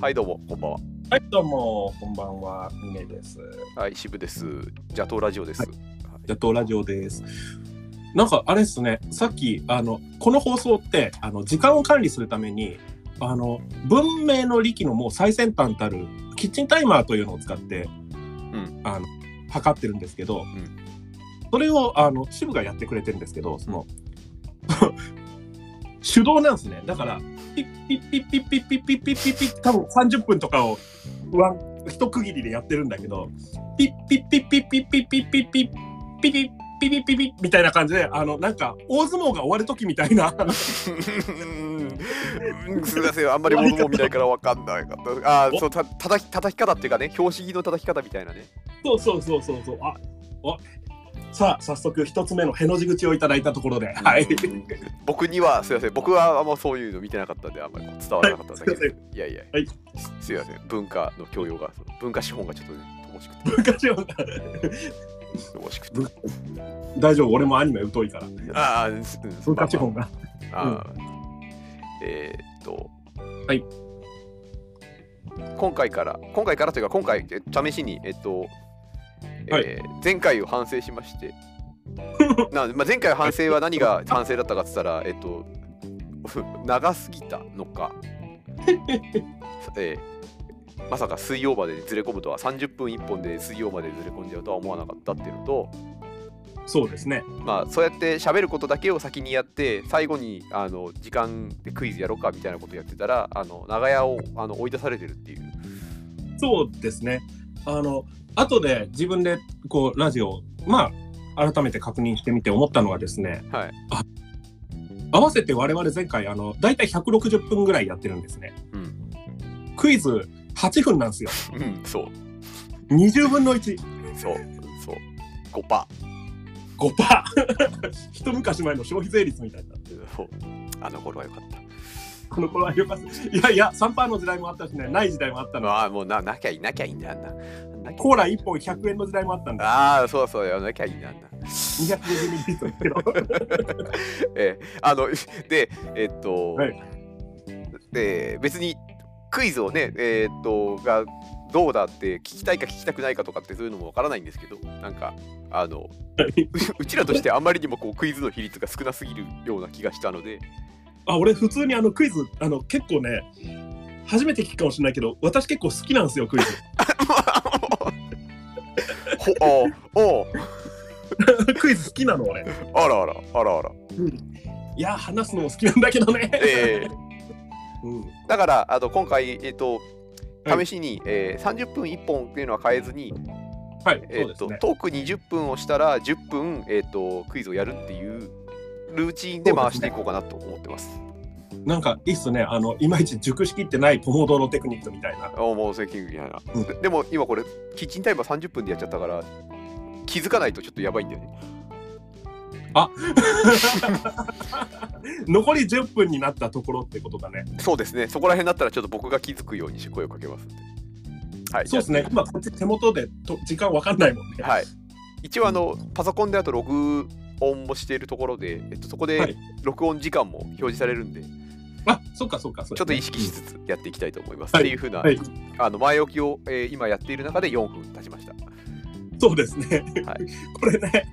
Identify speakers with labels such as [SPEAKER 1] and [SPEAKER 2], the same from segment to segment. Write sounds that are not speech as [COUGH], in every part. [SPEAKER 1] はい、どうも、こんばんは。
[SPEAKER 2] はい、どうも、こんばんは、ミネです。
[SPEAKER 1] はい、渋です。邪党ラジオです。
[SPEAKER 2] はい野党ラジオです。なんかあれですね、さっき、あの、この放送って、あの、時間を管理するために、あの、文明の利器のもう最先端たる、キッチンタイマーというのを使って、
[SPEAKER 1] ん
[SPEAKER 2] あの、測ってるんですけど、
[SPEAKER 1] ん
[SPEAKER 2] それを、あの、支部がやってくれてるんですけど、その、 [LAUGHS] 手動なんですね。だから、ピッピッピッピッピッピッピッピッピッピッ、多分30分とかを、ワン、一区切りでやってるんだけど、ピッピッピッピッピッピッピッピッピッピピッピピピピみたいな感じであのなんか大相撲が終わる時みたいな
[SPEAKER 1] うん [LAUGHS] すみません、あんまり物も見ないからわかんないかった。あー、そう、た叩き叩き方っていうかね、拍子木の叩き方みたい
[SPEAKER 2] [LAUGHS]
[SPEAKER 1] なね。
[SPEAKER 2] [LAUGHS] そうそうそうそうそうあおさあ早速一つ目のへの字口をいただいたところではい
[SPEAKER 1] うん僕には、すみません、僕はあんまそういうの見てなかったんで、あんまりこう伝わらなかったんだけ
[SPEAKER 2] はいすい
[SPEAKER 1] ど。いやいや、
[SPEAKER 2] はい
[SPEAKER 1] すすみません、文化の教養が、その文化資本がちょっとね、乏しくて、
[SPEAKER 2] 昔は
[SPEAKER 1] 乏しくて。
[SPEAKER 2] 大丈夫俺もアニメ疎いから
[SPEAKER 1] ああ、うんそ
[SPEAKER 2] 文化資本が
[SPEAKER 1] あーえーっと、
[SPEAKER 2] はい。
[SPEAKER 1] 今回から、今回からというか、今回、え試しに、えっと、えー
[SPEAKER 2] は
[SPEAKER 1] 前回を反省しま
[SPEAKER 2] [LAUGHS]
[SPEAKER 1] して、なまあ、前回反省は何が反省だったかって言ったら、えっと、 [LAUGHS] 長すぎたの
[SPEAKER 2] [LAUGHS]
[SPEAKER 1] か、えーまさか水曜までにずれ込むとは30分1本で水曜までずれ込んじゃうとは思わなかったっていうのと、
[SPEAKER 2] そうですね
[SPEAKER 1] まあそうやって喋ることだけを先にやって最後にあの時間でクイズやろうかみたいなことやってたらあの長屋をあの追い出されてるっていう
[SPEAKER 2] そうですねあの後で自分でこうラジオまあ改めて確認してみて思ったのはですね、
[SPEAKER 1] はい
[SPEAKER 2] あ合わせて我々前回あの大体160分ぐらいやってるんですね
[SPEAKER 1] うん、
[SPEAKER 2] クイズ8分なんですよ。
[SPEAKER 1] うん、そう
[SPEAKER 2] 20分の1、
[SPEAKER 1] そうそう5パ
[SPEAKER 2] 5%。一 [LAUGHS] 昔前の消費税率みたいな。
[SPEAKER 1] ーそうあの頃は良かった
[SPEAKER 2] この頃はよかった。いやいや、3%の時代もあったしね、ない時代もあったの。
[SPEAKER 1] まあもうななきゃいいなきゃいいんだあんななきゃ
[SPEAKER 2] コーラ1本100円の時代もあったんだ。
[SPEAKER 1] ああそうそうよなきゃいいんだあんな [LAUGHS]
[SPEAKER 2] 250ミリリットルけど。
[SPEAKER 1] えーあの [LAUGHS] でえっと、
[SPEAKER 2] はい
[SPEAKER 1] で別にクイズをねえーっとがどうだって聞きたいか聞きたくないかとかってそういうのもわからないんですけどなんかあのう [LAUGHS] うちらとしてあまりにもこうクイズの比率が少なすぎるような気がした
[SPEAKER 2] [LAUGHS]
[SPEAKER 1] ので
[SPEAKER 2] あ、俺普通にあのクイズ、あの結構ね、初めて聞くかもしれないけど、私結構好きなんですよ、クイズ。
[SPEAKER 1] ほおお
[SPEAKER 2] クイズ好 [LAUGHS] きなの、俺。
[SPEAKER 1] あらあらあらあら
[SPEAKER 2] いや、話すのも好きなんだけどね。
[SPEAKER 1] えー
[SPEAKER 2] うん、
[SPEAKER 1] だからあと今回えーっと
[SPEAKER 2] は
[SPEAKER 1] 試しに、えー30分1本っていうのは変えずに、
[SPEAKER 2] はい、
[SPEAKER 1] え
[SPEAKER 2] そう
[SPEAKER 1] ー
[SPEAKER 2] で
[SPEAKER 1] っ
[SPEAKER 2] す
[SPEAKER 1] と
[SPEAKER 2] ね。
[SPEAKER 1] トーク20分をしたら10分、えーっとクイズをやるっていうルーチンで回していこうかなと思ってます。
[SPEAKER 2] なんかいいっすね、あの、いまいち熟しきってないポモドーロテクニックみたいな。
[SPEAKER 1] あもう最近やな、
[SPEAKER 2] うん
[SPEAKER 1] ででも今これキッチンタイマー30分でやっちゃったから気づかないとちょっとやばいんだよね。
[SPEAKER 2] 残り10分になったところってことだね。
[SPEAKER 1] そうですね。そこら辺だったらちょっと僕が気づくようにして声をかけますんで。はい。
[SPEAKER 2] そうですね、今こっち手元でと時間わかんないもん
[SPEAKER 1] じ
[SPEAKER 2] ね。
[SPEAKER 1] ゃあ。はい。一応あのパソコンであと録音もしているところで、えっとそこ
[SPEAKER 2] は
[SPEAKER 1] で
[SPEAKER 2] い
[SPEAKER 1] 録音時間も表示されるんで、
[SPEAKER 2] あ、そうかそうか。ちょ
[SPEAKER 1] ちょっと意識しつつやっていきたいと思います。
[SPEAKER 2] は
[SPEAKER 1] っ
[SPEAKER 2] い
[SPEAKER 1] ていうふうな、
[SPEAKER 2] はい
[SPEAKER 1] あの前置きを、えー今やっている中で4分経ちました。
[SPEAKER 2] そうですね。
[SPEAKER 1] は
[SPEAKER 2] [LAUGHS] これね、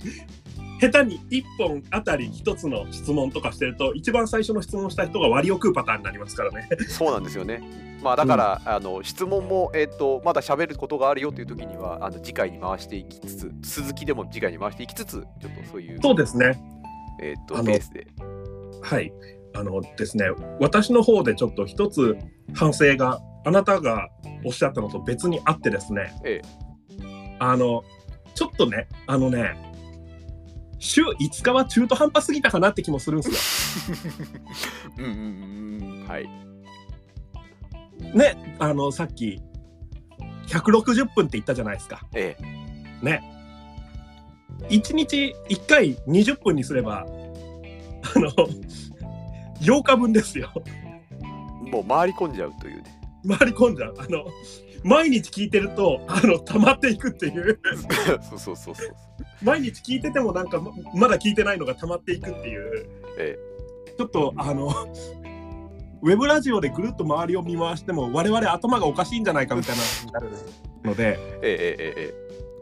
[SPEAKER 2] 下手に1本あたり1つの質問とかしてると、一番最初の質問した人が割を食うパターンになりますからね。
[SPEAKER 1] そうなんですよね。まあだから、あの質問も、えっとまだ喋ることがあるよという時にはあの次回に回していきつつ続きでも次回に回していきつつちょっと [LAUGHS] そういう
[SPEAKER 2] そうですね。
[SPEAKER 1] えっと
[SPEAKER 2] あの
[SPEAKER 1] ペースで
[SPEAKER 2] はい。あのですね、私の方でちょっと一つ反省があなたがおっしゃったのと別にあってですね、
[SPEAKER 1] ええ
[SPEAKER 2] あのちょっとねあのね週5日は中途半端すぎたかなって気もするんです
[SPEAKER 1] [LAUGHS] うんうんうんうんはい
[SPEAKER 2] よ。ねあのさっき160分って言ったじゃないですか。
[SPEAKER 1] ええ
[SPEAKER 2] 1日1回20分にすればあの8日分ですよ。
[SPEAKER 1] もう回り込んじゃうというね
[SPEAKER 2] 回り込んじゃう。あの毎日聞いてるとあの溜まっていくっていう。
[SPEAKER 1] [LAUGHS] そうそうそうそう
[SPEAKER 2] 毎日聞いててもなんかままだ聞いてないのが溜まっていくっていう
[SPEAKER 1] え
[SPEAKER 2] ちょっとあのウェブラジオでぐるっと周りを見回しても我々頭がおかしいんじゃないかみたいな話になるの
[SPEAKER 1] え
[SPEAKER 2] で
[SPEAKER 1] ええ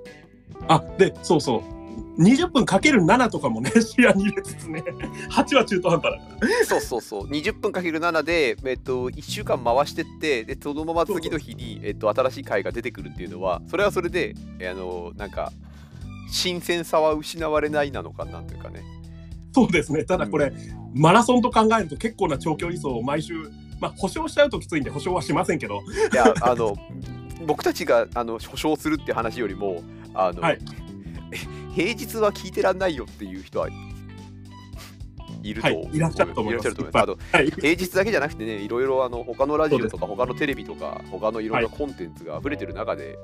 [SPEAKER 1] え
[SPEAKER 2] あでそうそう20分かける7とかもね [LAUGHS] 視野に入れつつね8は中途半端だから
[SPEAKER 1] ええそうそうそう20分かける7で、えっと、1週間回してってでそのまま次の日に、えっと、新しい回が出てくるっていうのはそれはそれで、えあのなんか新鮮さは失われないなのかなんていうかね
[SPEAKER 2] そうですねただこれ、マラソンと考えると結構な長距離走を毎週まあ保証しちゃうときついんで保証はしませんけど [LAUGHS]
[SPEAKER 1] いやあの僕たちがあの保証するって話よりもあの、
[SPEAKER 2] はい
[SPEAKER 1] 平日は聞いてらんないよっていう人はいると、
[SPEAKER 2] はいいらっしゃると思います
[SPEAKER 1] らっしゃると思います
[SPEAKER 2] はい
[SPEAKER 1] あの平日だけじゃなくてねいろいろあの他のラジオと
[SPEAKER 2] そう
[SPEAKER 1] か他のテレビとか他のいろんなコンテンツが溢れてる中で、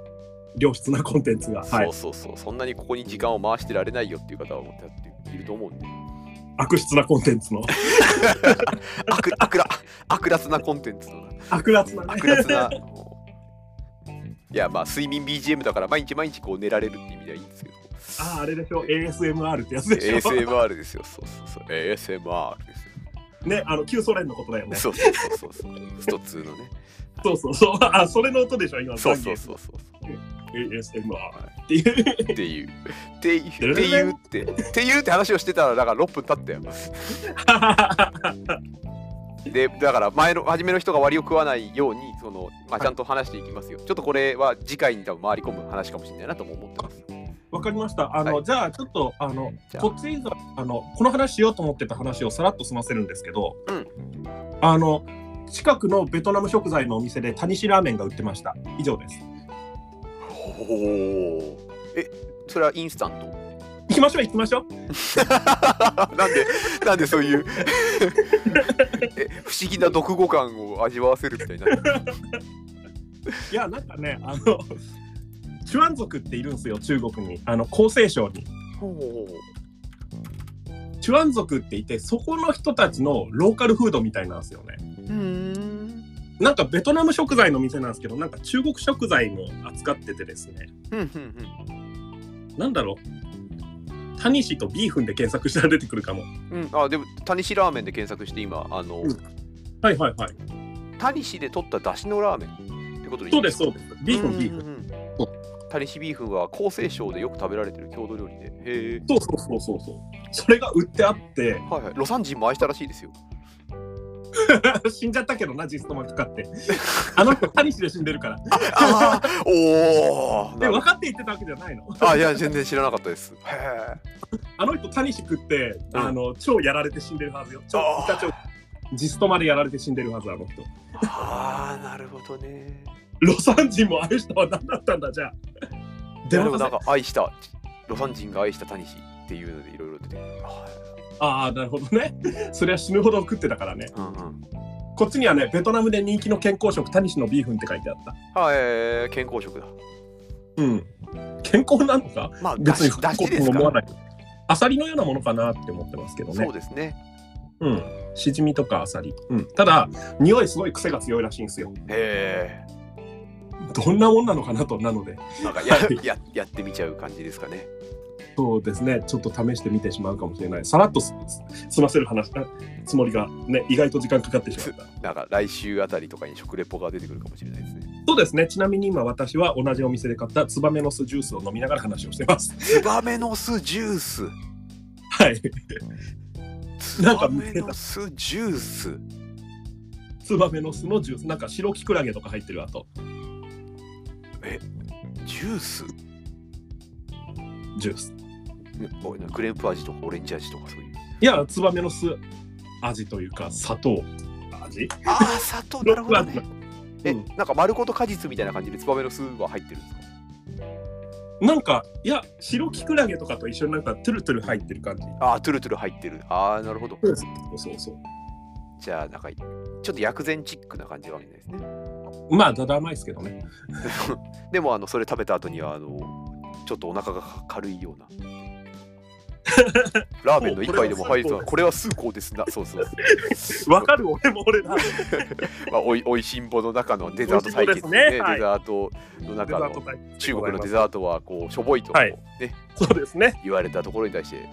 [SPEAKER 2] 良質なコンテンツが、はい、
[SPEAKER 1] そうそうそうそんなにここに時間を回してられないよっていう方は思ってやっていると思うん
[SPEAKER 2] [LAUGHS]
[SPEAKER 1] で
[SPEAKER 2] 悪質なコンテンツの
[SPEAKER 1] 悪悪ら悪辣なコンテンツの
[SPEAKER 2] 悪辣な、ね、
[SPEAKER 1] [LAUGHS] 悪辣
[SPEAKER 2] [LAUGHS]
[SPEAKER 1] なもういやまあ睡眠 BGM だから毎日毎日こう寝られるって意味ではいいんですけど
[SPEAKER 2] あああれでしょ ASMR ってやつでしょ
[SPEAKER 1] ASMR ですよ。そうそうそう。ASMR ですよ。
[SPEAKER 2] [LAUGHS] ねあの旧ソ連のことだよね
[SPEAKER 1] そうそうそうそうそう。スト2のね。
[SPEAKER 2] そうそうそうあそれの音でしょ今
[SPEAKER 1] そうそうそうそう。
[SPEAKER 2] ASMR っていう [LAUGHS]
[SPEAKER 1] っていう。っていう。っていうって。っていうって話をしてたら、だから6分経ったよ。で、だから前の、初めの人が割を食わないように、その、まあ、ちゃんと話していきますよ。ちょっとこれは次回に多分回り込む話かもしれないなとも思ってます。
[SPEAKER 2] わかりました。あの、
[SPEAKER 1] はい
[SPEAKER 2] じゃあちょっとあの
[SPEAKER 1] じゃあ
[SPEAKER 2] こっち以外あのこの話しようと思ってた話をさらっと済ませるんですけど、
[SPEAKER 1] うん
[SPEAKER 2] あの近くのベトナム食材のお店でタニシラーメンが売ってました。以上です。
[SPEAKER 1] おお。え、それはインスタント [LAUGHS]
[SPEAKER 2] 行きましょう行きましょう。
[SPEAKER 1] なんで、なんでそう
[SPEAKER 2] [LAUGHS]
[SPEAKER 1] いうえ不思議な独語感を味わわせるみたいになってる。
[SPEAKER 2] いやなんかねあの [LAUGHS] チュワン族っているんですよ中国にあの厚生省にチュワン族っていてそこの人たちのローカルフードみたいなんですよね。
[SPEAKER 1] うん。
[SPEAKER 2] なんかベトナム食材の店なんですけどなんか中国食材も扱っててですね
[SPEAKER 1] うんうんうん
[SPEAKER 2] なんだろうタニシとビーフンで検索したら出てくるかも。
[SPEAKER 1] うん、あでもタニシラーメンで検索して今あの、
[SPEAKER 2] うんはいはいはい。
[SPEAKER 1] タニシで取った出汁のラーメンってことでい
[SPEAKER 2] そ
[SPEAKER 1] いう
[SPEAKER 2] ですそうです。ビーフンビーフン。
[SPEAKER 1] ン
[SPEAKER 2] そ
[SPEAKER 1] タニシビーフンは厚生省でよく食べられてる郷土料理でへえ
[SPEAKER 2] そうそうそうそうそう。それが売ってあって、 [LAUGHS]
[SPEAKER 1] はいはい、ロサン人も愛したらしいですよ。
[SPEAKER 2] 死んじゃったけどなジストマと
[SPEAKER 1] [LAUGHS]
[SPEAKER 2] かって。あの人タニシで死んでるから。
[SPEAKER 1] ああ、おお。
[SPEAKER 2] で
[SPEAKER 1] なる
[SPEAKER 2] 分かって言ってたわけじゃないの。
[SPEAKER 1] あ、いや、全然知らなかったです。へえ。
[SPEAKER 2] あの人タニシ食って、
[SPEAKER 1] うん
[SPEAKER 2] あの超やられて死んでるはずよ。超
[SPEAKER 1] あ
[SPEAKER 2] イ
[SPEAKER 1] ー
[SPEAKER 2] カ超ジストまでやられて死んでるはずあの人。
[SPEAKER 1] ああ、なるほどね。
[SPEAKER 2] ロサン人もある人は何だったんだじゃあ。
[SPEAKER 1] い
[SPEAKER 2] 出
[SPEAKER 1] やで
[SPEAKER 2] ませ
[SPEAKER 1] も
[SPEAKER 2] ん
[SPEAKER 1] なんか愛したロサン人が愛したタニシっていうのでいろいろ出てくる。
[SPEAKER 2] ああなるほどね。それは死ぬほど食ってたからね。
[SPEAKER 1] うんうん、
[SPEAKER 2] こっちにはねベトナムで人気の健康食タニシのビーフンって書いてあった。
[SPEAKER 1] はい、えー健康食だ。
[SPEAKER 2] うん。健康なのか？
[SPEAKER 1] まあ、だ
[SPEAKER 2] 別
[SPEAKER 1] し
[SPEAKER 2] に
[SPEAKER 1] だしですか
[SPEAKER 2] 思わ
[SPEAKER 1] ら、
[SPEAKER 2] ない。アサリのようなものかなって思ってますけどね
[SPEAKER 1] そう。ですね。
[SPEAKER 2] うん。シジミとかアサリ。うん。ただ、匂いすごい癖が強いらしいんですよ。
[SPEAKER 1] え
[SPEAKER 2] どんなもんなのかなと、なので。
[SPEAKER 1] ー、なんか
[SPEAKER 2] [LAUGHS]
[SPEAKER 1] や
[SPEAKER 2] はい
[SPEAKER 1] ややってみちゃう感じですかね。
[SPEAKER 2] そうですね。ちょっと試してみてしまうかもしれない。さらっとすす済ませる話、あつもりがね、意外と時間かかってしまっ
[SPEAKER 1] なん
[SPEAKER 2] た。
[SPEAKER 1] か来週あたりとかに食レポが出てくるかもしれないですね。
[SPEAKER 2] そうですね。ちなみに今私は同じお店で買ったツバメの巣ジュースを飲みながら話をしてます。
[SPEAKER 1] ツバメの巣ジュース。
[SPEAKER 2] はい。
[SPEAKER 1] ツ
[SPEAKER 2] なん
[SPEAKER 1] バ
[SPEAKER 2] か見て
[SPEAKER 1] メ
[SPEAKER 2] た
[SPEAKER 1] の巣ジュース。
[SPEAKER 2] ツバメの巣のジュース。なんか白キクラゲとか入ってるあと、
[SPEAKER 1] ジュース
[SPEAKER 2] ジュース。
[SPEAKER 1] ねおいなクレープ味とかオレンジ味とかそういう。
[SPEAKER 2] いや、ツバメの巣味というか、砂糖味
[SPEAKER 1] ああ、砂糖、なるほどね。え、
[SPEAKER 2] [LAUGHS] うん
[SPEAKER 1] なんか丸ごと果実みたいな感じでツバメの巣は入ってるんですか
[SPEAKER 2] なんか、いや、白キクラゲとかと一緒になんか、トゥルトゥル入ってる感じ。
[SPEAKER 1] ああ、トゥルトゥル入ってる。ああ、なるほど。
[SPEAKER 2] そうそうそ
[SPEAKER 1] じゃあ、なんか、ちょっと薬膳チックな感じはあるんですね。
[SPEAKER 2] う。まあ、だだ甘いですけどね。
[SPEAKER 1] でも、あの、それ食べた後には、あの、ちょっとお腹が軽い
[SPEAKER 2] [LAUGHS]
[SPEAKER 1] ような。ラーメンの一杯でも入るとは、こ
[SPEAKER 2] こ
[SPEAKER 1] れは数個です
[SPEAKER 2] [LAUGHS]
[SPEAKER 1] な。そうそうそう。
[SPEAKER 2] わかる、俺も俺だ。
[SPEAKER 1] まあ、おいおいしんぼの中のデザート対決
[SPEAKER 2] おいしんぼですね
[SPEAKER 1] デ
[SPEAKER 2] はい
[SPEAKER 1] ザートの中の中国のデザートはこうしょぼいと、
[SPEAKER 2] はい
[SPEAKER 1] ね、
[SPEAKER 2] そうですね。
[SPEAKER 1] 言われたところに対して、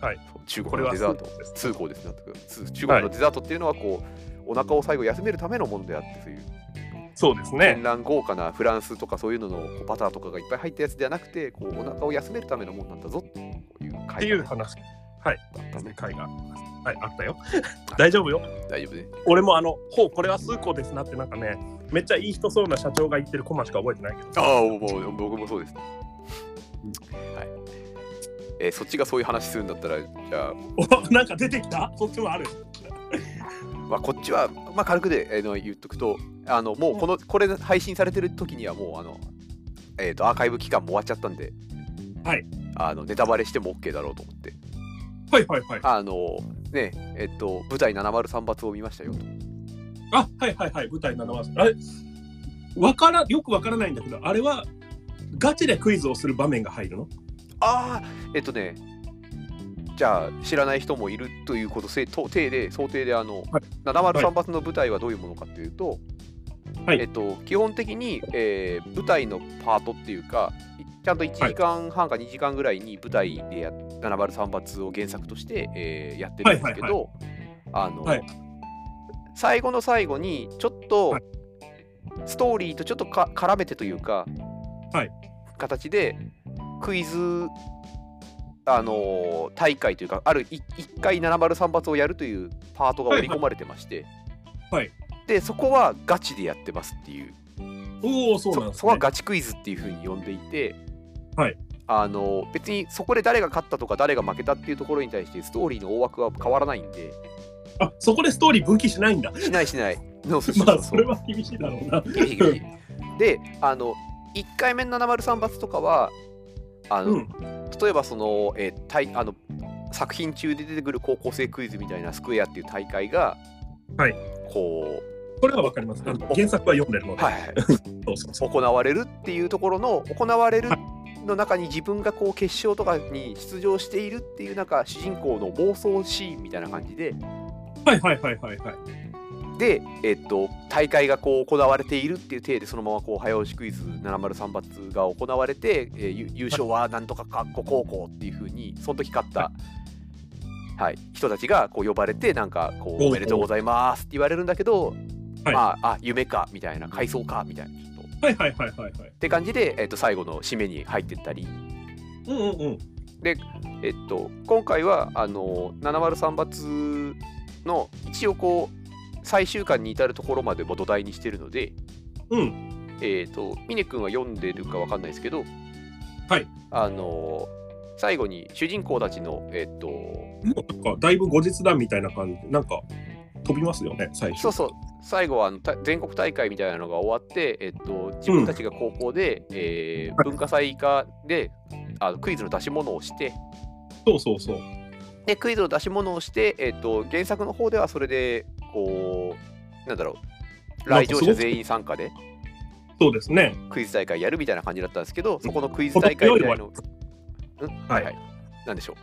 [SPEAKER 2] はい
[SPEAKER 1] そう中
[SPEAKER 2] こ
[SPEAKER 1] 国
[SPEAKER 2] れ
[SPEAKER 1] の
[SPEAKER 2] は
[SPEAKER 1] デザート
[SPEAKER 2] そうです
[SPEAKER 1] 通行ですなとかつ中国のデザートっていうのはこう、お腹を最後休めるためのものであってという
[SPEAKER 2] そうですね
[SPEAKER 1] 絢爛豪華なフランスとかそういうののこうバターとかがいっぱい入ったやつではなくてこうお腹を休めるためのものなんだぞっていう
[SPEAKER 2] っ
[SPEAKER 1] 会
[SPEAKER 2] ていう
[SPEAKER 1] だっ
[SPEAKER 2] 話
[SPEAKER 1] た
[SPEAKER 2] です
[SPEAKER 1] ね
[SPEAKER 2] ね会がはいあったよ大丈夫よ
[SPEAKER 1] 大丈夫ね
[SPEAKER 2] 俺もあの「ほうこれは数個ですな」ってなんかねめっちゃいい人そうな社長が言ってるコマしか覚えてないけど
[SPEAKER 1] ああもう僕もそうです、はいえーそっちがそういう話するんだったらじゃあ
[SPEAKER 2] おなんか出てきたそっちもある
[SPEAKER 1] まあ、こっちは、まあ、軽くで、えーの言っとくとあのもうこのこれ配信されてる時にはもうあの、えー、とアーカイブ期間も終わっちゃったんで、
[SPEAKER 2] はい、
[SPEAKER 1] あのネタバレしても OK だろうと思って
[SPEAKER 2] はいはいはい
[SPEAKER 1] あのねえっ、と舞台703発を見ましたよと
[SPEAKER 2] あはいはいはい舞台7番あれわからよくわからないんだけどあれはガチでクイズをする場面が入るの
[SPEAKER 1] ああえっ、とねじゃあ知らない人もいるということせと体で想定であの、
[SPEAKER 2] はい
[SPEAKER 1] 703発の舞台はどういうものかというと、
[SPEAKER 2] はい
[SPEAKER 1] えっと、基本的に、えー舞台のパートっていうかいちゃんと1時間半か2時間ぐらいに舞台でや703発を原作として、えーやってるんですけど、
[SPEAKER 2] はい
[SPEAKER 1] あの
[SPEAKER 2] はい
[SPEAKER 1] 最後の最後にちょっと、
[SPEAKER 2] はい
[SPEAKER 1] ストーリーとちょっとか絡めてというか、
[SPEAKER 2] はい
[SPEAKER 1] 形でクイズあのー大会というかある1回703発をやるというパートが織り込まれてまして、
[SPEAKER 2] はいはい
[SPEAKER 1] でそこはガチでやってますっていう
[SPEAKER 2] おおそうなん
[SPEAKER 1] そ
[SPEAKER 2] です、ね、
[SPEAKER 1] そこはガチクイズっていうふうに呼んでいて、
[SPEAKER 2] はい
[SPEAKER 1] あのー別にそこで誰が勝ったとか誰が負けたっていうところに対してストーリーの大枠は変わらないんで
[SPEAKER 2] あそこでストーリー分岐しないんだ
[SPEAKER 1] しないし
[SPEAKER 2] [LAUGHS]
[SPEAKER 1] ない。そうそうそう
[SPEAKER 2] まあそれは厳しいだ [LAUGHS] ろうな
[SPEAKER 1] ギリギリであの1回目の703発とかはあの、
[SPEAKER 2] うん
[SPEAKER 1] 例えばその,、えー大あの作品中で出てくる高校生クイズみたいなスクエアっていう大会が、
[SPEAKER 2] はい
[SPEAKER 1] こ
[SPEAKER 2] これはわかりますあの原作は読んでるの
[SPEAKER 1] う、
[SPEAKER 2] で、
[SPEAKER 1] はいはい、
[SPEAKER 2] そうそうそう
[SPEAKER 1] 行われるっていうところの行われるの中に自分がこう決勝とかに出場しているっていうなんか主人公の妄想シーンみたいな感じで
[SPEAKER 2] はいはいはいはいはい
[SPEAKER 1] で、えっと、大会がこう行われているっていう体でそのままこう早押しクイズ703発が行われて、えーゆ優勝はなんとかかっこ高校っていうふうにその時勝った、はい、人たちがこう呼ばれてなんかこ
[SPEAKER 2] お
[SPEAKER 1] う
[SPEAKER 2] う
[SPEAKER 1] おめでとうございますって言われるんだけど、
[SPEAKER 2] はい
[SPEAKER 1] まああ夢かみたいな回想かみたいなちょっとっ
[SPEAKER 2] はいはいはいはいはい
[SPEAKER 1] て感じで、えっと、最後の締めに入ってったり
[SPEAKER 2] うんうんうん
[SPEAKER 1] えっと、今回はあの703発の一応こう最終巻に至るところまでも土台にしてるので、
[SPEAKER 2] うん
[SPEAKER 1] えっと峰君は読んでるかわかんないですけど、
[SPEAKER 2] はい、
[SPEAKER 1] あの最後に主人公たちの、えっと、
[SPEAKER 2] もうなんかだいぶ後日談みたいな感じなんか飛びますよね最初
[SPEAKER 1] そうそう最後はあのた全国大会みたいなのが終わって、えっと、自分たちが高校で、えー
[SPEAKER 2] はい
[SPEAKER 1] 文化祭以下であのクイズの出し物をして、
[SPEAKER 2] そうそうそう
[SPEAKER 1] でクイズの出し物をして、えっと原作の方ではそれでこうなんだろう
[SPEAKER 2] なん
[SPEAKER 1] 来
[SPEAKER 2] かす
[SPEAKER 1] 場
[SPEAKER 2] ごく
[SPEAKER 1] 者全員参加で
[SPEAKER 2] そうですね
[SPEAKER 1] クイズ大会やるみたいな感じだったんですけど
[SPEAKER 2] ん
[SPEAKER 1] そこのクイズ大会みたいのんは
[SPEAKER 2] はいい
[SPEAKER 1] はいなんでしょ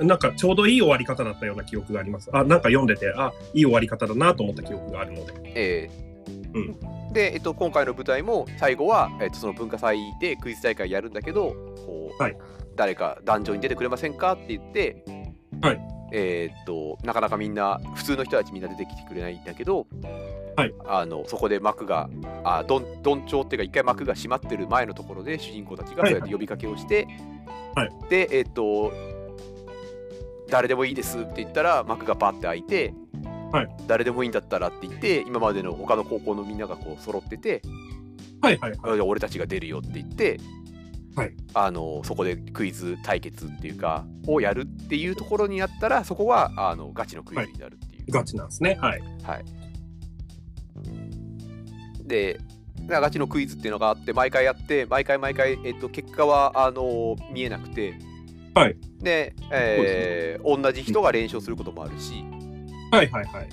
[SPEAKER 2] なんかちょうどいい終わり方だったような記憶があります。あ、なんか読んでて、あ、いい終わり方だなと思った記憶があるので。
[SPEAKER 1] う、えーで、えっと、今回の舞台も最後は、えっと、その文化祭でクイズ大会やるんだけどこう、
[SPEAKER 2] はい
[SPEAKER 1] 誰か壇上に出てくれませんかって言って、
[SPEAKER 2] はい
[SPEAKER 1] えーっとなかなかみんな普通の人たちみんな出てきてくれないんだけど、
[SPEAKER 2] はい
[SPEAKER 1] あのそこで幕があどんどんちょうっていうか一回幕が閉まってる前のところで主人公たちが
[SPEAKER 2] は
[SPEAKER 1] そ
[SPEAKER 2] いう
[SPEAKER 1] やって呼びかけをして、
[SPEAKER 2] はい
[SPEAKER 1] でえーっと誰でもいいですって言ったら幕がバッて開いて、
[SPEAKER 2] はい
[SPEAKER 1] 誰でもいいんだったらって言って今までの他の高校のみんながこう揃ってて、
[SPEAKER 2] はいはいはい。
[SPEAKER 1] あじゃあ俺たちが出るよって言って、
[SPEAKER 2] はい
[SPEAKER 1] あのそこでクイズ対決っていうかをやるっていうところになったらそこはあのガチのクイズになるっていう、
[SPEAKER 2] ガチなんですね。はい。
[SPEAKER 1] でだからガチのクイズっていうのがあって毎回やって毎回毎回、えっと、結果はあの見えなくて、
[SPEAKER 2] はい
[SPEAKER 1] でえー同じ人が連勝することもあるし、
[SPEAKER 2] はいはいはい。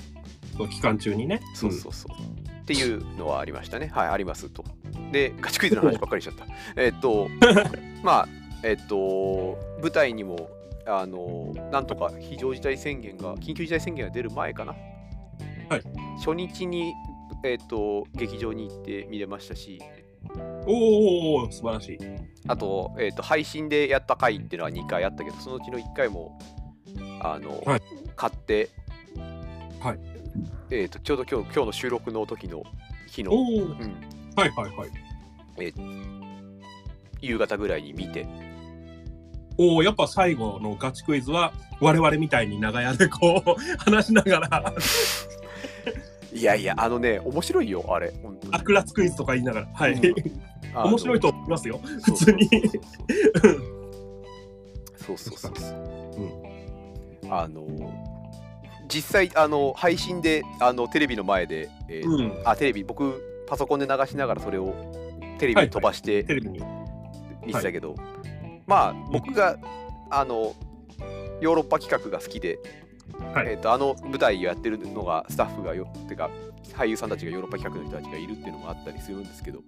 [SPEAKER 2] そう期間中にね。
[SPEAKER 1] そうそうそう、っていうのはありましたねはいありますとでガチクイズの話ばっかりしちゃっ
[SPEAKER 2] [LAUGHS]
[SPEAKER 1] たえっとまあえっと舞台にもあのなんとか非常事態宣言が緊急事態宣言が出る前かな、
[SPEAKER 2] はい、
[SPEAKER 1] 初日にえっと劇場に行って見れましたし
[SPEAKER 2] うんおーおーおー素晴らしい。
[SPEAKER 1] あと,、えっと配信でやった回っていうのは2回あったけどそのうちの1回もあの、
[SPEAKER 2] はい
[SPEAKER 1] 買って、
[SPEAKER 2] はい
[SPEAKER 1] えー、とちょうど今日今日の収録の時の日の、
[SPEAKER 2] おおー
[SPEAKER 1] うん
[SPEAKER 2] はいはいはい
[SPEAKER 1] 夕方ぐらいに見て
[SPEAKER 2] おおやっぱ最後のガチクイズは我々みたいに長屋でこう [LAUGHS] 話しながら
[SPEAKER 1] いやいやあのね面白いよあれ本当に
[SPEAKER 2] 悪辣クイズとか言いながらはい、
[SPEAKER 1] うんあの
[SPEAKER 2] 面白いと思いますよ
[SPEAKER 1] そう
[SPEAKER 2] 普通に
[SPEAKER 1] そうそうそうそうあの実際あの配信であのテレビの前で、えー
[SPEAKER 2] うん
[SPEAKER 1] あテレビ僕パソコンで流しながらそれをテレビに飛ばして
[SPEAKER 2] テレビに
[SPEAKER 1] 見てたけど、まあ僕があのヨーロッパ企画が好きで、
[SPEAKER 2] はい
[SPEAKER 1] えー、とあの舞台をやってるのがスタッフがよてか俳優さんたちがヨーロッパ企画の人たちがいるっていうのもあったりするんですけど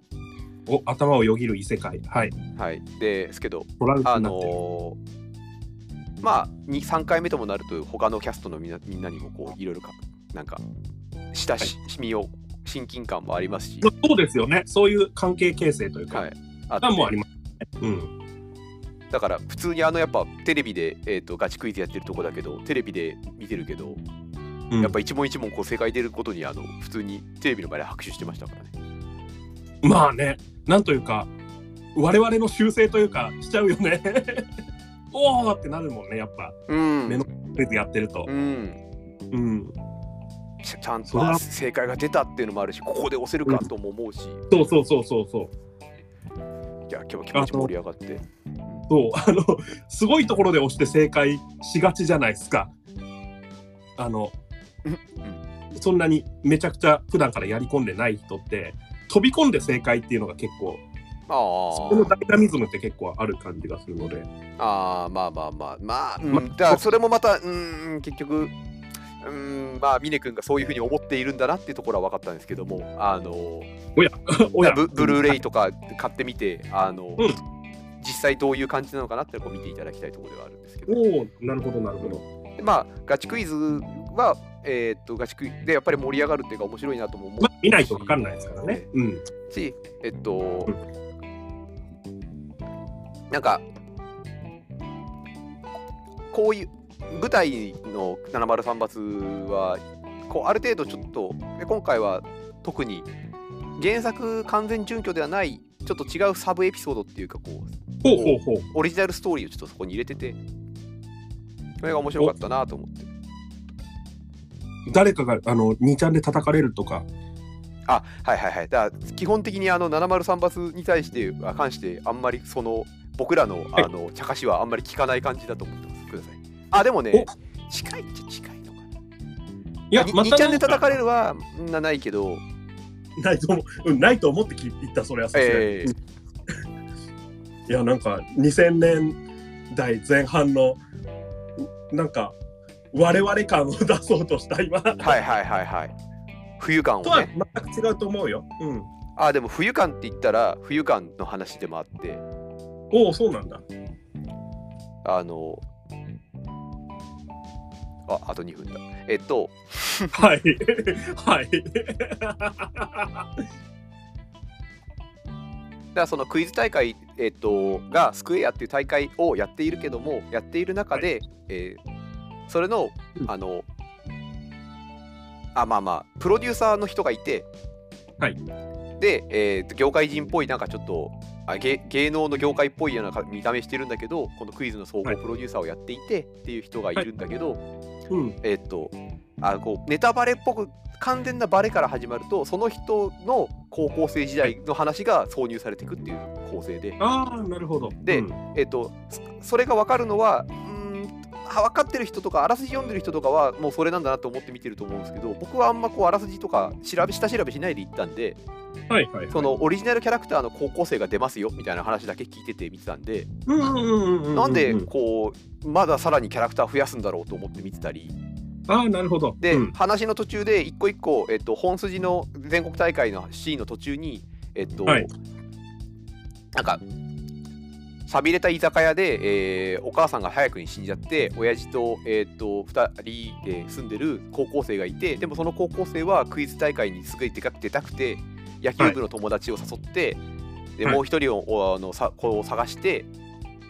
[SPEAKER 2] お頭をよぎる異世界はい
[SPEAKER 1] はいですけど
[SPEAKER 2] トランク
[SPEAKER 1] あ
[SPEAKER 2] になってる、
[SPEAKER 1] のーまあに3回目ともなると他のキャストのみなみんなにもこういろいろかなんか親しみを親近感もありますし、
[SPEAKER 2] まあそうですよねそういう関係形成というか、
[SPEAKER 1] はい、あって
[SPEAKER 2] 段もありますねうん
[SPEAKER 1] だから普通にあのやっぱテレビで、えー、とガチクイズやってるとこだけどテレビで見てるけど、
[SPEAKER 2] うん
[SPEAKER 1] やっぱ一問一問こう正解出ることにあの普通にテレビの前で拍手してましたからね。
[SPEAKER 2] まあね、なんというか、我々の修正というか、しちゃうよね。 [LAUGHS] おーってなるもんね、やっぱ、
[SPEAKER 1] うん
[SPEAKER 2] 目のクイズやってると
[SPEAKER 1] う。ん、
[SPEAKER 2] うん。
[SPEAKER 1] ちゃちゃん
[SPEAKER 2] そ
[SPEAKER 1] と
[SPEAKER 2] れは
[SPEAKER 1] あ正解が出たっていうのもあるしここで押せるかとも思うし、
[SPEAKER 2] そうそうそうそうそう。
[SPEAKER 1] いや今日気持ち盛り上がって。
[SPEAKER 2] そう、 [LAUGHS] あの、すごいところで押して正解しがちじゃないですか。あの
[SPEAKER 1] うん、
[SPEAKER 2] そんなにめちゃくちゃ普段からやり込んでない人って、飛び込んで正解っていうのが結構、
[SPEAKER 1] あ
[SPEAKER 2] そ
[SPEAKER 1] あ
[SPEAKER 2] このダイナミズムって結構ある感じがするので。
[SPEAKER 1] ああまあまあまあまあ、う
[SPEAKER 2] ま
[SPEAKER 1] ん、だからそれもまたうん結局うんまあ峰君がそういうふうに思っているんだなっていうところは分かったんですけどもあの
[SPEAKER 2] おや
[SPEAKER 1] ブブルーレイとか買ってみてあの、
[SPEAKER 2] うん
[SPEAKER 1] 実際どういう感じなのかなっていうのを見ていただきたいところではあるんですけど
[SPEAKER 2] [LAUGHS] おおなるほど、なるほど。
[SPEAKER 1] でまあガチクイズはえーっとガチクイズでやっぱり盛り上がるっていうか面白いなとも思
[SPEAKER 2] まあ、
[SPEAKER 1] う
[SPEAKER 2] 見ないと分かんないですからね。うん。
[SPEAKER 1] しえっとなんかこういう舞台の703発はこうある程度ちょっとで今回は特に原作完全準拠ではないちょっと違うサブエピソードっていうかこう
[SPEAKER 2] ほうほうほう。
[SPEAKER 1] オリジナルストーリーをちょっとそこに入れててそれが面白かったなと思って
[SPEAKER 2] 誰かがあの2ちゃんで叩かれるとか、
[SPEAKER 1] あはいはいはいだから基本的にあの703発に対してあ関してあんまりその僕らのあ
[SPEAKER 2] い
[SPEAKER 1] の茶化しはあんまり聞かない感じだと思ってますくださいあでもね近いっちゃ近いのかない
[SPEAKER 2] や、
[SPEAKER 1] に
[SPEAKER 2] ま
[SPEAKER 1] 2ちゃんで
[SPEAKER 2] なん
[SPEAKER 1] 叩
[SPEAKER 2] か
[SPEAKER 1] かれるはなないけど
[SPEAKER 2] ないと思う、うん、ないと思って聞いた、それはさすがに
[SPEAKER 1] ええ
[SPEAKER 2] いや、なんか2000年代前半の、うなんか、我々感を出そうとした、今。と
[SPEAKER 1] はいはいはいはい冬感を
[SPEAKER 2] は
[SPEAKER 1] ね
[SPEAKER 2] 全く違うと思うよ。うん。
[SPEAKER 1] あでも冬感って言ったら冬感の話でもあって
[SPEAKER 2] おお、そうな
[SPEAKER 1] [LAUGHS]
[SPEAKER 2] んだ。
[SPEAKER 1] あのああと2分だえっと
[SPEAKER 2] はい。はい。
[SPEAKER 1] だからそのクイズ大会、えっとがスクエアっていう大会をやっているけどもやっている中で、えーそれの
[SPEAKER 2] うん
[SPEAKER 1] あのあまあまあプロデューサーの人がいて、
[SPEAKER 2] はい
[SPEAKER 1] で、えーと業界人っぽいなんかちょっとあ芸芸能の業界っぽいようなか見た目してるんだけどこのクイズの総合
[SPEAKER 2] はい
[SPEAKER 1] プロデューサーをやっていてっていう人がいるんだけど、
[SPEAKER 2] うん。
[SPEAKER 1] えっとあこうネタバレっぽく完全なバレから始まるとその人の高校生時代の話が挿入されていくっていう構成で、
[SPEAKER 2] ああ、なるほど。
[SPEAKER 1] で
[SPEAKER 2] うん
[SPEAKER 1] えっとそそれが分かるのはうーんあ分かってる人とかあらすじ読んでる人とかはもうそれなんだなと思って見てると思うんですけど僕はあんまこうあらすじとか調べ下調べしないで行ったんで
[SPEAKER 2] はいはい。
[SPEAKER 1] そのオリジナルキャラクターの高校生が出ますよみたいな話だけ聞いてて見てたんで
[SPEAKER 2] うんうんうんうう
[SPEAKER 1] なんでこうまださらにキャラクター増やすんだろうと思って見てたり。
[SPEAKER 2] ああ、なるほど。
[SPEAKER 1] で、
[SPEAKER 2] うん
[SPEAKER 1] 話の途中で一個一個、えっと、本筋の全国大会のシーンの途中に、えっと
[SPEAKER 2] はい
[SPEAKER 1] なんかさびれた居酒屋で、えーお母さんが早くに死んじゃって親父と,、えっと2人で住んでる高校生がいてでもその高校生はクイズ大会にすごい出か出たくて野球部の友達を誘って、で
[SPEAKER 2] はい
[SPEAKER 1] もう一人をおあのさ子を探して、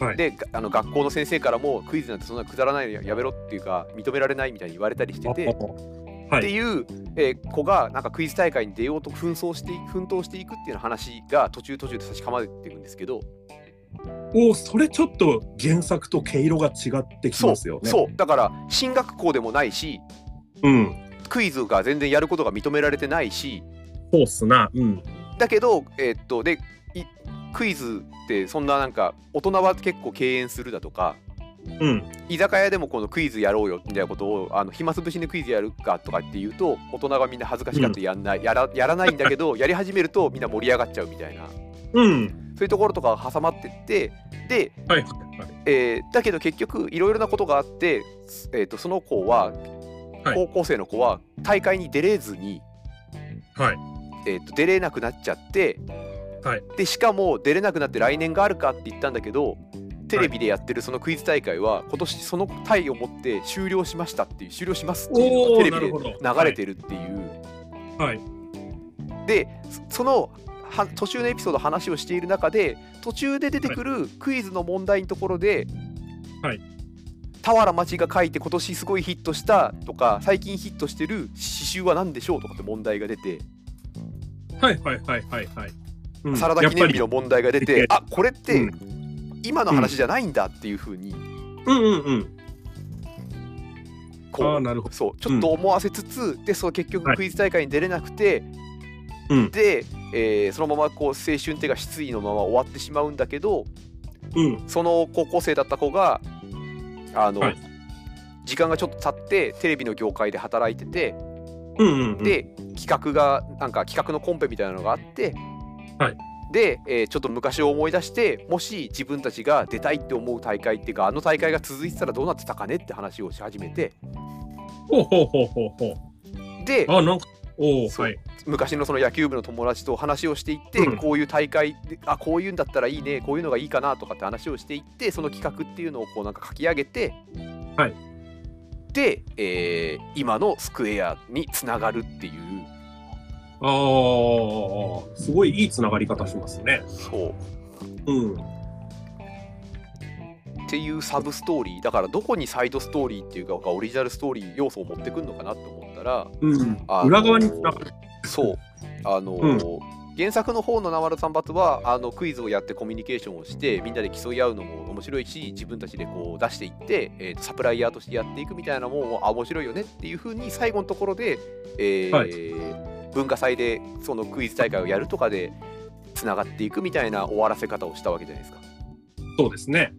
[SPEAKER 2] はい
[SPEAKER 1] でがあの学校の先生からもクイズなんてそんなくだらないのややめろっていうか認められないみたいに言われたりしてて
[SPEAKER 2] あーは
[SPEAKER 1] って
[SPEAKER 2] い。
[SPEAKER 1] いう、えー子がなんかクイズ大会に出ようと紛争してい奮闘していくっていうような話が途中途中で差し込まれてるんですけど、
[SPEAKER 2] おーそれちょっと原作と毛色が違ってき
[SPEAKER 1] そう
[SPEAKER 2] ますよね。う。
[SPEAKER 1] そうだから進学校でもないし
[SPEAKER 2] ん。
[SPEAKER 1] クイズが全然やることが認められてないし
[SPEAKER 2] そうっすな。うん。
[SPEAKER 1] だけど、えーっとでいクイズってそんななんか大人は結構敬遠するだとか
[SPEAKER 2] うん。
[SPEAKER 1] 居酒屋でもこのクイズやろうよみたいなことをあの暇つぶしにクイズやるかとかっていうと大人がみんな恥ずかしがってやんない、やらやらないんだけどやり始めるとみんな盛り上がっちゃうみたいなそう
[SPEAKER 2] うん。
[SPEAKER 1] いうところとかが挟まってってで、
[SPEAKER 2] はいはいはい。
[SPEAKER 1] えーだけど結局いろいろなことがあって、すえー、とその子は
[SPEAKER 2] はい
[SPEAKER 1] 高校生の子は大会に出れずに、
[SPEAKER 2] はい
[SPEAKER 1] えー、と出れなくなっちゃって、
[SPEAKER 2] はい
[SPEAKER 1] でしかも出れなくなって来年があるかって言ったんだけどテレビでやってるそのクイズ大会は今年そのタイを持って終了しましたっていう終了しますっていうのが
[SPEAKER 2] おー
[SPEAKER 1] テレビで
[SPEAKER 2] なるほど
[SPEAKER 1] 流れてるっていう。
[SPEAKER 2] はい
[SPEAKER 1] でそそのは途中のエピソード話をしている中で途中で出てくるクイズの問題のところで、
[SPEAKER 2] はい
[SPEAKER 1] 俵町が書いて今年すごいヒットしたとか最近ヒットしてる詩集は何でしょうとかって問題が出て、
[SPEAKER 2] はいはいはいはいはい。うん
[SPEAKER 1] サラダ記念日
[SPEAKER 2] や
[SPEAKER 1] の
[SPEAKER 2] っ
[SPEAKER 1] 問題が出
[SPEAKER 2] や
[SPEAKER 1] て
[SPEAKER 2] っ
[SPEAKER 1] あこれっ
[SPEAKER 2] ぱり
[SPEAKER 1] て今の話じゃないんだっていうふうに
[SPEAKER 2] うんうんうん
[SPEAKER 1] こ
[SPEAKER 2] あー
[SPEAKER 1] う
[SPEAKER 2] なるほど
[SPEAKER 1] そうちょっと思わせつつ、でそう結局
[SPEAKER 2] はい
[SPEAKER 1] クイズ大会に出れなくて、
[SPEAKER 2] うん
[SPEAKER 1] で、えーそのままこう青春っていうか失意のまま終わってしまうんだけど、
[SPEAKER 2] うん
[SPEAKER 1] その高校生だった子があの、
[SPEAKER 2] はい
[SPEAKER 1] 時間がちょっと経ってテレビの業界で働いてて、
[SPEAKER 2] うんうんうん。
[SPEAKER 1] で企画がなんか企画のコンペみたいなのがあって、
[SPEAKER 2] はい
[SPEAKER 1] で、えーちょっと昔を思い出してもし自分たちが出たいって思う大会っていうかあの大会が続いてたらどうなってたかねって話をし始めて
[SPEAKER 2] ほうほうほうほうほ
[SPEAKER 1] で
[SPEAKER 2] う。あなんかおお
[SPEAKER 1] そう
[SPEAKER 2] はい。
[SPEAKER 1] 昔のその野球部の友達と話をしていって、
[SPEAKER 2] うん
[SPEAKER 1] こういう大会であこういうんだったらいいねこういうのがいいかなとかって話をしていってその企画っていうのをこうなんか書き上げて、
[SPEAKER 2] はい
[SPEAKER 1] で、えー今のスクエアにつながるっていう
[SPEAKER 2] ああすごいいいつながり方しますね。
[SPEAKER 1] そう
[SPEAKER 2] うん。
[SPEAKER 1] っていうサブストーリーだからどこにサイドストーリーっていうかオリジナルストーリー要素を持ってくるのかなと思ったら
[SPEAKER 2] うん
[SPEAKER 1] あのー
[SPEAKER 2] 裏側につながる。
[SPEAKER 1] そうあのー原作の方の「ナワルさんバツは」あのクイズをやってコミュニケーションをしてみんなで競い合うのも面白いし自分たちでこう出していって、えーとサプライヤーとしてやっていくみたいなもんをあ面白いよねっていう風に最後のところで、えー
[SPEAKER 2] は
[SPEAKER 1] 文化祭でそのクイズ大会をやるとかでつながっていくみたいな終わらせ方をしたわけじゃないですか。
[SPEAKER 2] そうですね。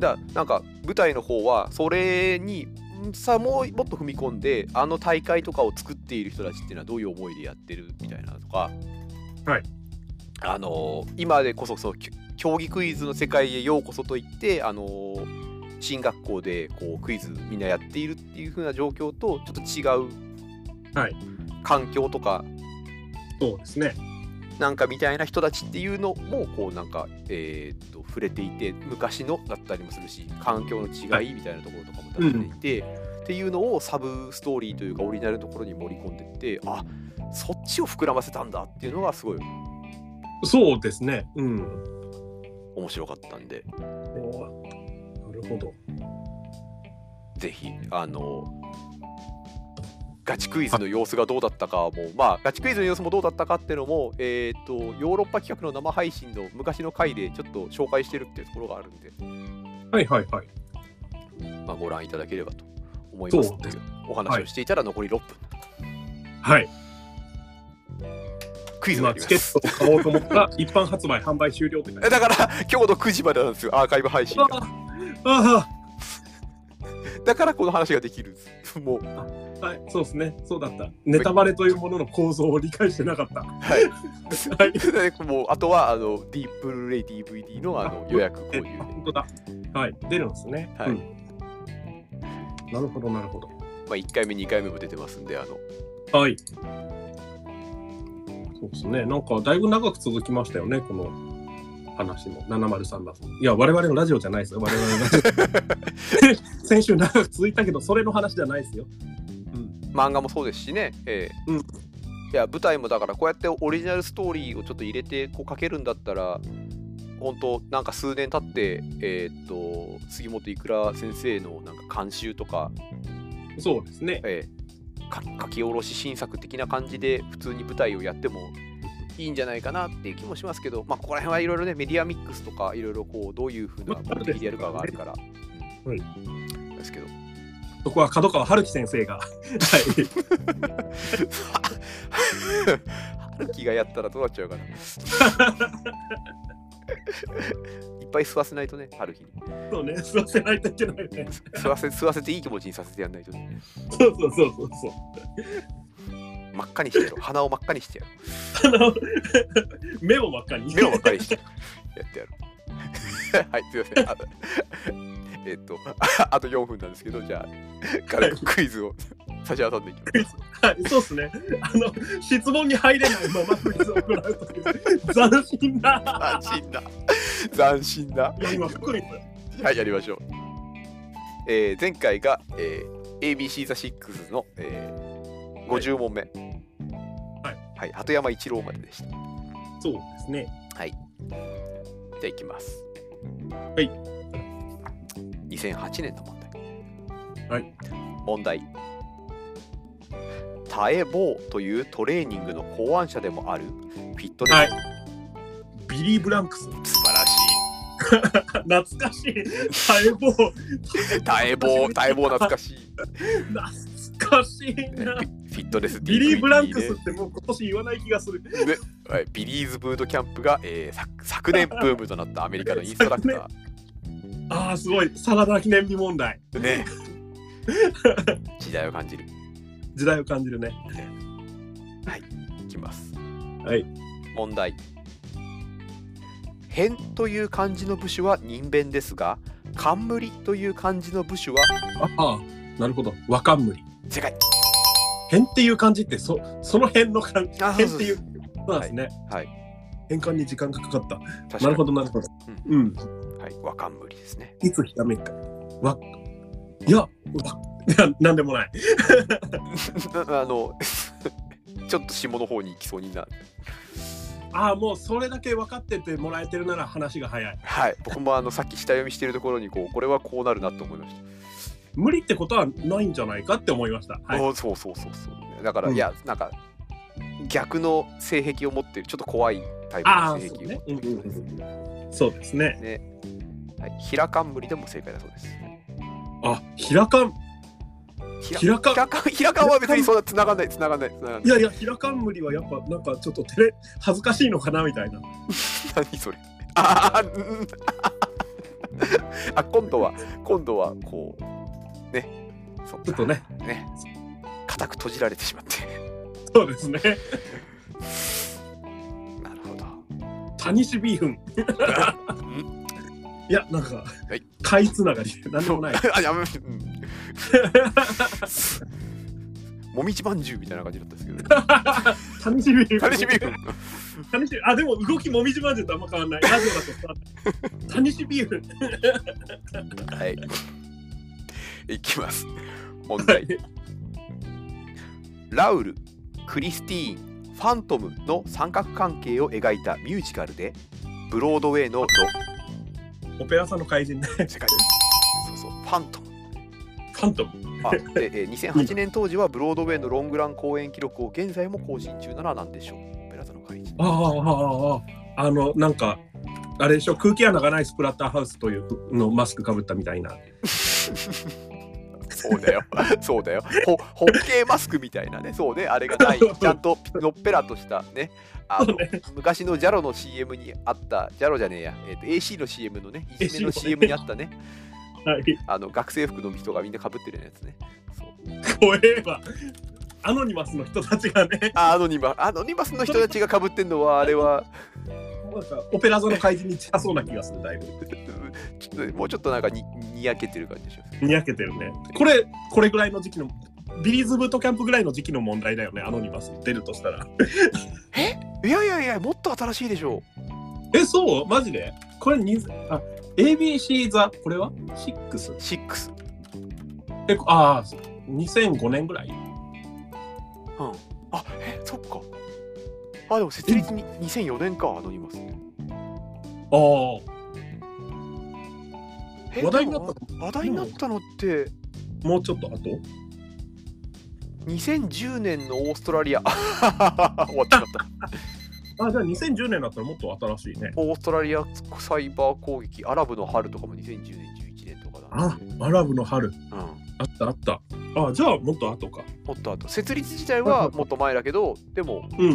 [SPEAKER 1] だなんか舞台の方はそれにんさもうもっと踏み込んであの大会とかを作っている人たちっていうのはどういう思いでやってるみたいなのとか、
[SPEAKER 2] はい
[SPEAKER 1] あのー今でこそそうき競技クイズの世界へようこそと言って、あのー進学校でこうクイズみんなやっているっていう風な状況とちょっと違う、
[SPEAKER 2] はい
[SPEAKER 1] 環境とか
[SPEAKER 2] そうですね。
[SPEAKER 1] なんかみたいな人たちっていうのもこうなんかえーっと触れていて昔のだったりもするし環境の違いみたいなところとかも出していて、っていうのをサブストーリーというかオリジナルのところに盛り込んでってあそっちを膨らませたんだっていうのがすごい
[SPEAKER 2] そうですね。うん。
[SPEAKER 1] 面白かったんで
[SPEAKER 2] おーなるほど。
[SPEAKER 1] ぜひあのガチクイズの様子がどうだったかもまあガチクイズの様子もどうだったかっていうのもえーっとヨーロッパ企画の生配信の昔の回でちょっと紹介してるっていうところがあるんで
[SPEAKER 2] はいはいはい。
[SPEAKER 1] まあ、ご覧いただければと思います
[SPEAKER 2] そう
[SPEAKER 1] って
[SPEAKER 2] で
[SPEAKER 1] い
[SPEAKER 2] す
[SPEAKER 1] うお話をしていたら残り6分、
[SPEAKER 2] はい。
[SPEAKER 1] クイズがあ
[SPEAKER 2] 今
[SPEAKER 1] り
[SPEAKER 2] チ
[SPEAKER 1] ま
[SPEAKER 2] ケ
[SPEAKER 1] す
[SPEAKER 2] ットを買おうと思ったら一般発売販売終了って書いて
[SPEAKER 1] えだから [LAUGHS] 今日の9時までなんですよアーカイブ配信
[SPEAKER 2] あ
[SPEAKER 1] が
[SPEAKER 2] ああ
[SPEAKER 1] だからこの話ができるんです [LAUGHS] もう
[SPEAKER 2] あはいそうですねそうだったネタバレというものの構造を理解してなかった
[SPEAKER 1] はい [LAUGHS] でもうあとはあの D ブルーレイ DVD のあの予約購入
[SPEAKER 2] あ本当だはい出るんですね
[SPEAKER 1] はい
[SPEAKER 2] うんなるほどなるほ
[SPEAKER 1] まあ、1回目2回目も出てますんであの
[SPEAKER 2] どはいそうですねなんかだいぶ長く続きましたよねこの話も703だといや我々のラジオじゃないですよ我々のラジ
[SPEAKER 1] [LAUGHS]
[SPEAKER 2] オ先週長く続いたけどそれの話じゃないですよ
[SPEAKER 1] 漫画もそうですしね、ええ
[SPEAKER 2] うん
[SPEAKER 1] いや舞台もだからこうやってオリジナルストーリーをちょっと入れてこう書けるんだったら本当なんか数年経ってえーっと杉本いくら先生のなんか監修とか、
[SPEAKER 2] そうですね
[SPEAKER 1] えか書き下ろし新作的な感じで普通に舞台をやってもいいんじゃないかなっていう気もしますけど、まあ、ここら辺はいろいろねメディアミックスとかいろいろこうどういうふうな目的でやるかがあるから。
[SPEAKER 2] はい
[SPEAKER 1] うんですけど
[SPEAKER 2] そこは角川春樹先生がはい
[SPEAKER 1] 春樹がやったらどうなっちゃうか
[SPEAKER 2] [LAUGHS]
[SPEAKER 1] ないっぱい吸わせないとね春樹に
[SPEAKER 2] そうね吸わせないといけないね
[SPEAKER 1] 吸わせ吸わせていい気持ちにさせてやんないとね
[SPEAKER 2] そうそうそうそうそう
[SPEAKER 1] 真っ赤にしてやろう鼻を真っ赤にしてやろう
[SPEAKER 2] あの目を真っ赤に
[SPEAKER 1] 目を分かりにしてやってやる。 [LAUGHS] はい、すいません。あのえっと、あ [LAUGHS] あと4分なんですけど、じゃあ、軽くクイズを差し挟んでいきます。
[SPEAKER 2] はい、そうですね。あの質問に入れないままクイズを行うという斬新な。
[SPEAKER 1] 斬新だ。斬新だ。
[SPEAKER 2] いや今クイズ。
[SPEAKER 1] はい、やりましょう。えー前回が、えー ABC ザ6の、えー50問目。
[SPEAKER 2] はい。
[SPEAKER 1] はい、鳩山一郎まででした。じゃ
[SPEAKER 2] そうですね。
[SPEAKER 1] あ、いきます。
[SPEAKER 2] はい。
[SPEAKER 1] 2008年の問題。
[SPEAKER 2] はい。
[SPEAKER 1] 問題タエボーというトレーニングの考案者でもあるフィットネス、
[SPEAKER 2] はいビリー・ブランクス。
[SPEAKER 1] 素晴らし
[SPEAKER 2] 懐かしい。細胞。
[SPEAKER 1] いタエボータエボー懐かしい
[SPEAKER 2] 懐かしい
[SPEAKER 1] フ
[SPEAKER 2] な。
[SPEAKER 1] ィフィットネス DVD
[SPEAKER 2] [LAUGHS] ビリー・ブランクス
[SPEAKER 1] ね
[SPEAKER 2] ってもう今年言わない気がする。
[SPEAKER 1] ねはいビリーズブートキャンプが、えーさ昨年ブームとなったアメリカのインストラク
[SPEAKER 2] [LAUGHS]
[SPEAKER 1] タ
[SPEAKER 2] ああ、すごい。サラダ記念日問題。
[SPEAKER 1] ーね時代を感じる
[SPEAKER 2] 時代を感じるね。
[SPEAKER 1] いきます
[SPEAKER 2] はい
[SPEAKER 1] 問題「変」という漢字の部首は人弁ですが「冠」という漢字の部首は
[SPEAKER 2] ああ、なるほど。わかんむり。
[SPEAKER 1] 世界
[SPEAKER 2] 変っていう感じってそその辺の感じ。
[SPEAKER 1] あ
[SPEAKER 2] 変っていう。そうなんですね。
[SPEAKER 1] はい
[SPEAKER 2] 変換に時間がかかった。
[SPEAKER 1] 確かに
[SPEAKER 2] なるほど、なるほど。うん。
[SPEAKER 1] はい、わかんむりですね。 [LAUGHS]
[SPEAKER 2] いつひらめくか。わ、いや、わ、いや、なんでもない。
[SPEAKER 1] あの、 [LAUGHS] ちょっと下の方に行きそうになる。
[SPEAKER 2] ああ、もうそれだけ分かっててもらえてるなら話が早い。
[SPEAKER 1] はい、僕もあのさっき下読みしてるところにこう、これはこうなるなと思いまし
[SPEAKER 2] 無理ってことはないんじゃないかって思いました。
[SPEAKER 1] た。
[SPEAKER 2] はい。
[SPEAKER 1] おそうそうそうそう。だから、
[SPEAKER 2] うん
[SPEAKER 1] いや、なんか、逆の性癖を持ってる、ちょっと怖いタイプ
[SPEAKER 2] あ
[SPEAKER 1] の
[SPEAKER 2] あ、
[SPEAKER 1] 性
[SPEAKER 2] そう
[SPEAKER 1] 癖を
[SPEAKER 2] ね
[SPEAKER 1] 持。
[SPEAKER 2] うん
[SPEAKER 1] ってる
[SPEAKER 2] うんうんそうですね。
[SPEAKER 1] はい、ひらかんむりでも正解だそうです。
[SPEAKER 2] あ、ひらかん。ひらかん
[SPEAKER 1] ひらかん、ひらかんは別にそんな繋がんない、繋がんない、繋がんない
[SPEAKER 2] い。やいや、ひらかん無理はやっぱなんかちょっと照れ、恥ずかしいのかなみたいな。
[SPEAKER 1] 何それああうん [LAUGHS] あ今度は今度はこうねそっか
[SPEAKER 2] ちょっとね
[SPEAKER 1] ね固く閉じられてしまって
[SPEAKER 2] そうですね。
[SPEAKER 1] なるほど
[SPEAKER 2] タニシビーフン。いや、なんか
[SPEAKER 1] はい、
[SPEAKER 2] かいつながりで、なんでもない。
[SPEAKER 1] [LAUGHS] あやめうんもみじまんじゅうみたいな感じだったんですけ
[SPEAKER 2] [LAUGHS]
[SPEAKER 1] ど
[SPEAKER 2] タニシビーフン。
[SPEAKER 1] 楽しみよ
[SPEAKER 2] タニシあでも動きもみじまんじゅうとあんま変わんない。ラジオだと伝わんないタニシビーフ。
[SPEAKER 1] はい [LAUGHS] いきます問
[SPEAKER 2] は
[SPEAKER 1] 題
[SPEAKER 2] い
[SPEAKER 1] ラウル、クリスティーン、ファントムの三角関係を描いたミュージカルで、ブロードウェイのロ
[SPEAKER 2] オペラ座の怪人ね。
[SPEAKER 1] 世 [LAUGHS] 界そうそう、ファントム。
[SPEAKER 2] ファントム。
[SPEAKER 1] あでえー2008年当時はブロードウェイのロングラン公演記録を現在も更新中なら何でしょうオペラ座の怪人。
[SPEAKER 2] ああああああ。あのなんかあれでしょ空気穴がないスプラッターハウスというのマスクかぶったみたいな。
[SPEAKER 1] そう [LAUGHS] だよ、そうだよ。ほホッケーマスクみたいなね、 [LAUGHS] そうね、あれがない、ちゃんとのっぺらとしたね、あの昔の JALO の CM にあった、JALO じゃねえや、えーと AC の CM のね、いじめの
[SPEAKER 2] AC
[SPEAKER 1] CM にあったね、
[SPEAKER 2] はい。
[SPEAKER 1] あの学生服の人がみんなかぶってるようなやつね。そう
[SPEAKER 2] 怖えわ。アノニマスの人たちがね、
[SPEAKER 1] あアノニマアノニマスの人たちがかぶってんの [LAUGHS] はあれは
[SPEAKER 2] なんかオペラ座の怪人に近そうな気がするだいぶ。
[SPEAKER 1] ちょっともうちょっとなんかににやけてる感じでしょ。
[SPEAKER 2] にやけてるね。これこれぐらいの時期のビリーズブートキャンプぐらいの時期の問題だよね。アノニマス出るとしたら。
[SPEAKER 1] いやいやいやもっと新しいでしょ
[SPEAKER 2] え、そうマジでこれに、あ、ABC ザ、これは ?6?
[SPEAKER 1] う。シックス。
[SPEAKER 2] え、ああ、2005年ぐらい
[SPEAKER 1] あえそっか。あでも設立に2004年かアノニマス。
[SPEAKER 2] ああ、
[SPEAKER 1] え
[SPEAKER 2] 話題になっ
[SPEAKER 1] でも話題になったのって
[SPEAKER 2] もうちょっと後
[SPEAKER 1] 2010年のオーストラリア [LAUGHS] 終わってしまった
[SPEAKER 2] あ、じゃあ2010年だったらもっと新しいね。
[SPEAKER 1] オーストラリアサイバー攻撃アラブの春とかも2010年11年とかだな
[SPEAKER 2] あ、アラブの春。
[SPEAKER 1] うん
[SPEAKER 2] あったあった。あ、じゃあもっと後か。
[SPEAKER 1] もっとあと設立自体はもっと前だけどでも、
[SPEAKER 2] うん。
[SPEAKER 1] うん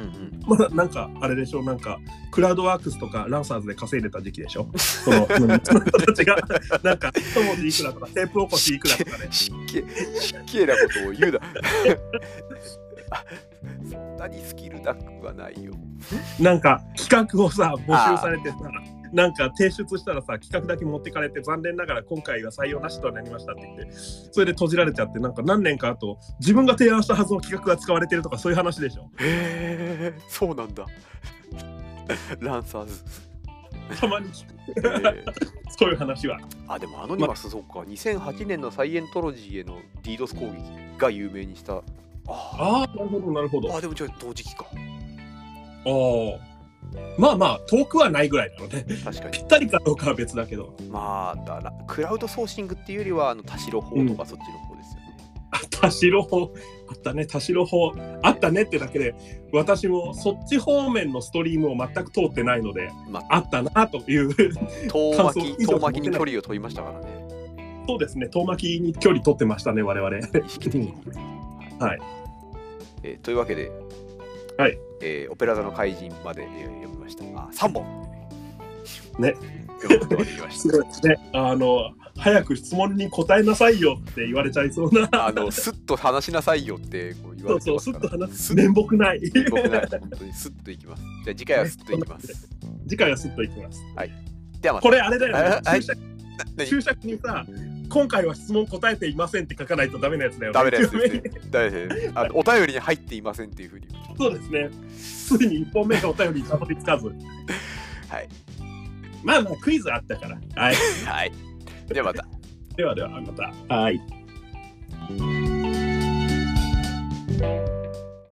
[SPEAKER 1] うん、
[SPEAKER 2] まだなんか、あれでしょ、なんか、クラウドワークスとかランサーズで稼いでた時期でしょ。その、その人たちが、なんか、一文字いくらとか、テープ起こしいくらとかね。
[SPEAKER 1] 失 [LAUGHS] 敬失敬なことを言うな [LAUGHS] あそんなにスキルなくはないよ
[SPEAKER 2] なんか、企画をさ、募集されてさ。なんか提出したらさ企画だけ持ってかれて残念ながら今回は採用なしとなりましたって言ってそれで閉じられちゃってなんか何年か後自分が提案したはずの企画が使われてるとかそういう話でしょ
[SPEAKER 1] へえそうなんだランサー [LAUGHS] ズ、
[SPEAKER 2] たまに聞く
[SPEAKER 1] えー
[SPEAKER 2] そういう話は
[SPEAKER 1] あでもアノニマス、そうか2008年のサイエントロジーへのディードス攻撃が有名にしたああ
[SPEAKER 2] ああなるほどなるほど
[SPEAKER 1] あでもちょっと同時期か
[SPEAKER 2] ああまあまあ遠くはないぐらいなので
[SPEAKER 1] 確かに
[SPEAKER 2] ぴったりかどうかは別だけど
[SPEAKER 1] まあだらクラウドソーシングっていうよりはあの田代法とかそっちの方ですよね、
[SPEAKER 2] あ田代法あったね田代法あったねってだけで私もそっち方面のストリームを全く通ってないので
[SPEAKER 1] まあ
[SPEAKER 2] あったなという [LAUGHS]
[SPEAKER 1] 遠
[SPEAKER 2] 感
[SPEAKER 1] 巻
[SPEAKER 2] 想
[SPEAKER 1] き遠巻きに距離を取りましたからね
[SPEAKER 2] そうですね遠巻きに距離取ってましたね我々
[SPEAKER 1] 意識的に
[SPEAKER 2] はい、
[SPEAKER 1] えーというわけで
[SPEAKER 2] はい
[SPEAKER 1] えーオペラ座の怪人まで、えー読みましたあ3本
[SPEAKER 2] ね
[SPEAKER 1] 読むことができまし
[SPEAKER 2] すごいですねあの早く質問に答えなさいよって言われちゃいそうな
[SPEAKER 1] たあのスッと話しなさいよってこう言わ
[SPEAKER 2] そ
[SPEAKER 1] れ
[SPEAKER 2] う
[SPEAKER 1] て
[SPEAKER 2] そ
[SPEAKER 1] ます
[SPEAKER 2] うすっ
[SPEAKER 1] か
[SPEAKER 2] と
[SPEAKER 1] ら
[SPEAKER 2] 話す
[SPEAKER 1] すっ
[SPEAKER 2] 面目ない
[SPEAKER 1] 僕ない
[SPEAKER 2] [LAUGHS]
[SPEAKER 1] 本当にスッといきますじゃあ次回はスッといきます
[SPEAKER 2] 次回はすっといきます
[SPEAKER 1] ではまた
[SPEAKER 2] これあれだよね
[SPEAKER 1] はい
[SPEAKER 2] 注射
[SPEAKER 1] 何
[SPEAKER 2] 注釈にさ、今回は質問答えていませんって書かないとダメなやつだよね。。
[SPEAKER 1] ダメなやつですねダメですね。あのお便りに入っていませんっていうふうに。
[SPEAKER 2] そうですね。ついに1本目がお便りにたどり着かず。
[SPEAKER 1] はい。
[SPEAKER 2] まあまあ、クイズあったから。はい。
[SPEAKER 1] はい。ではまた。
[SPEAKER 2] ではでは、また。はい。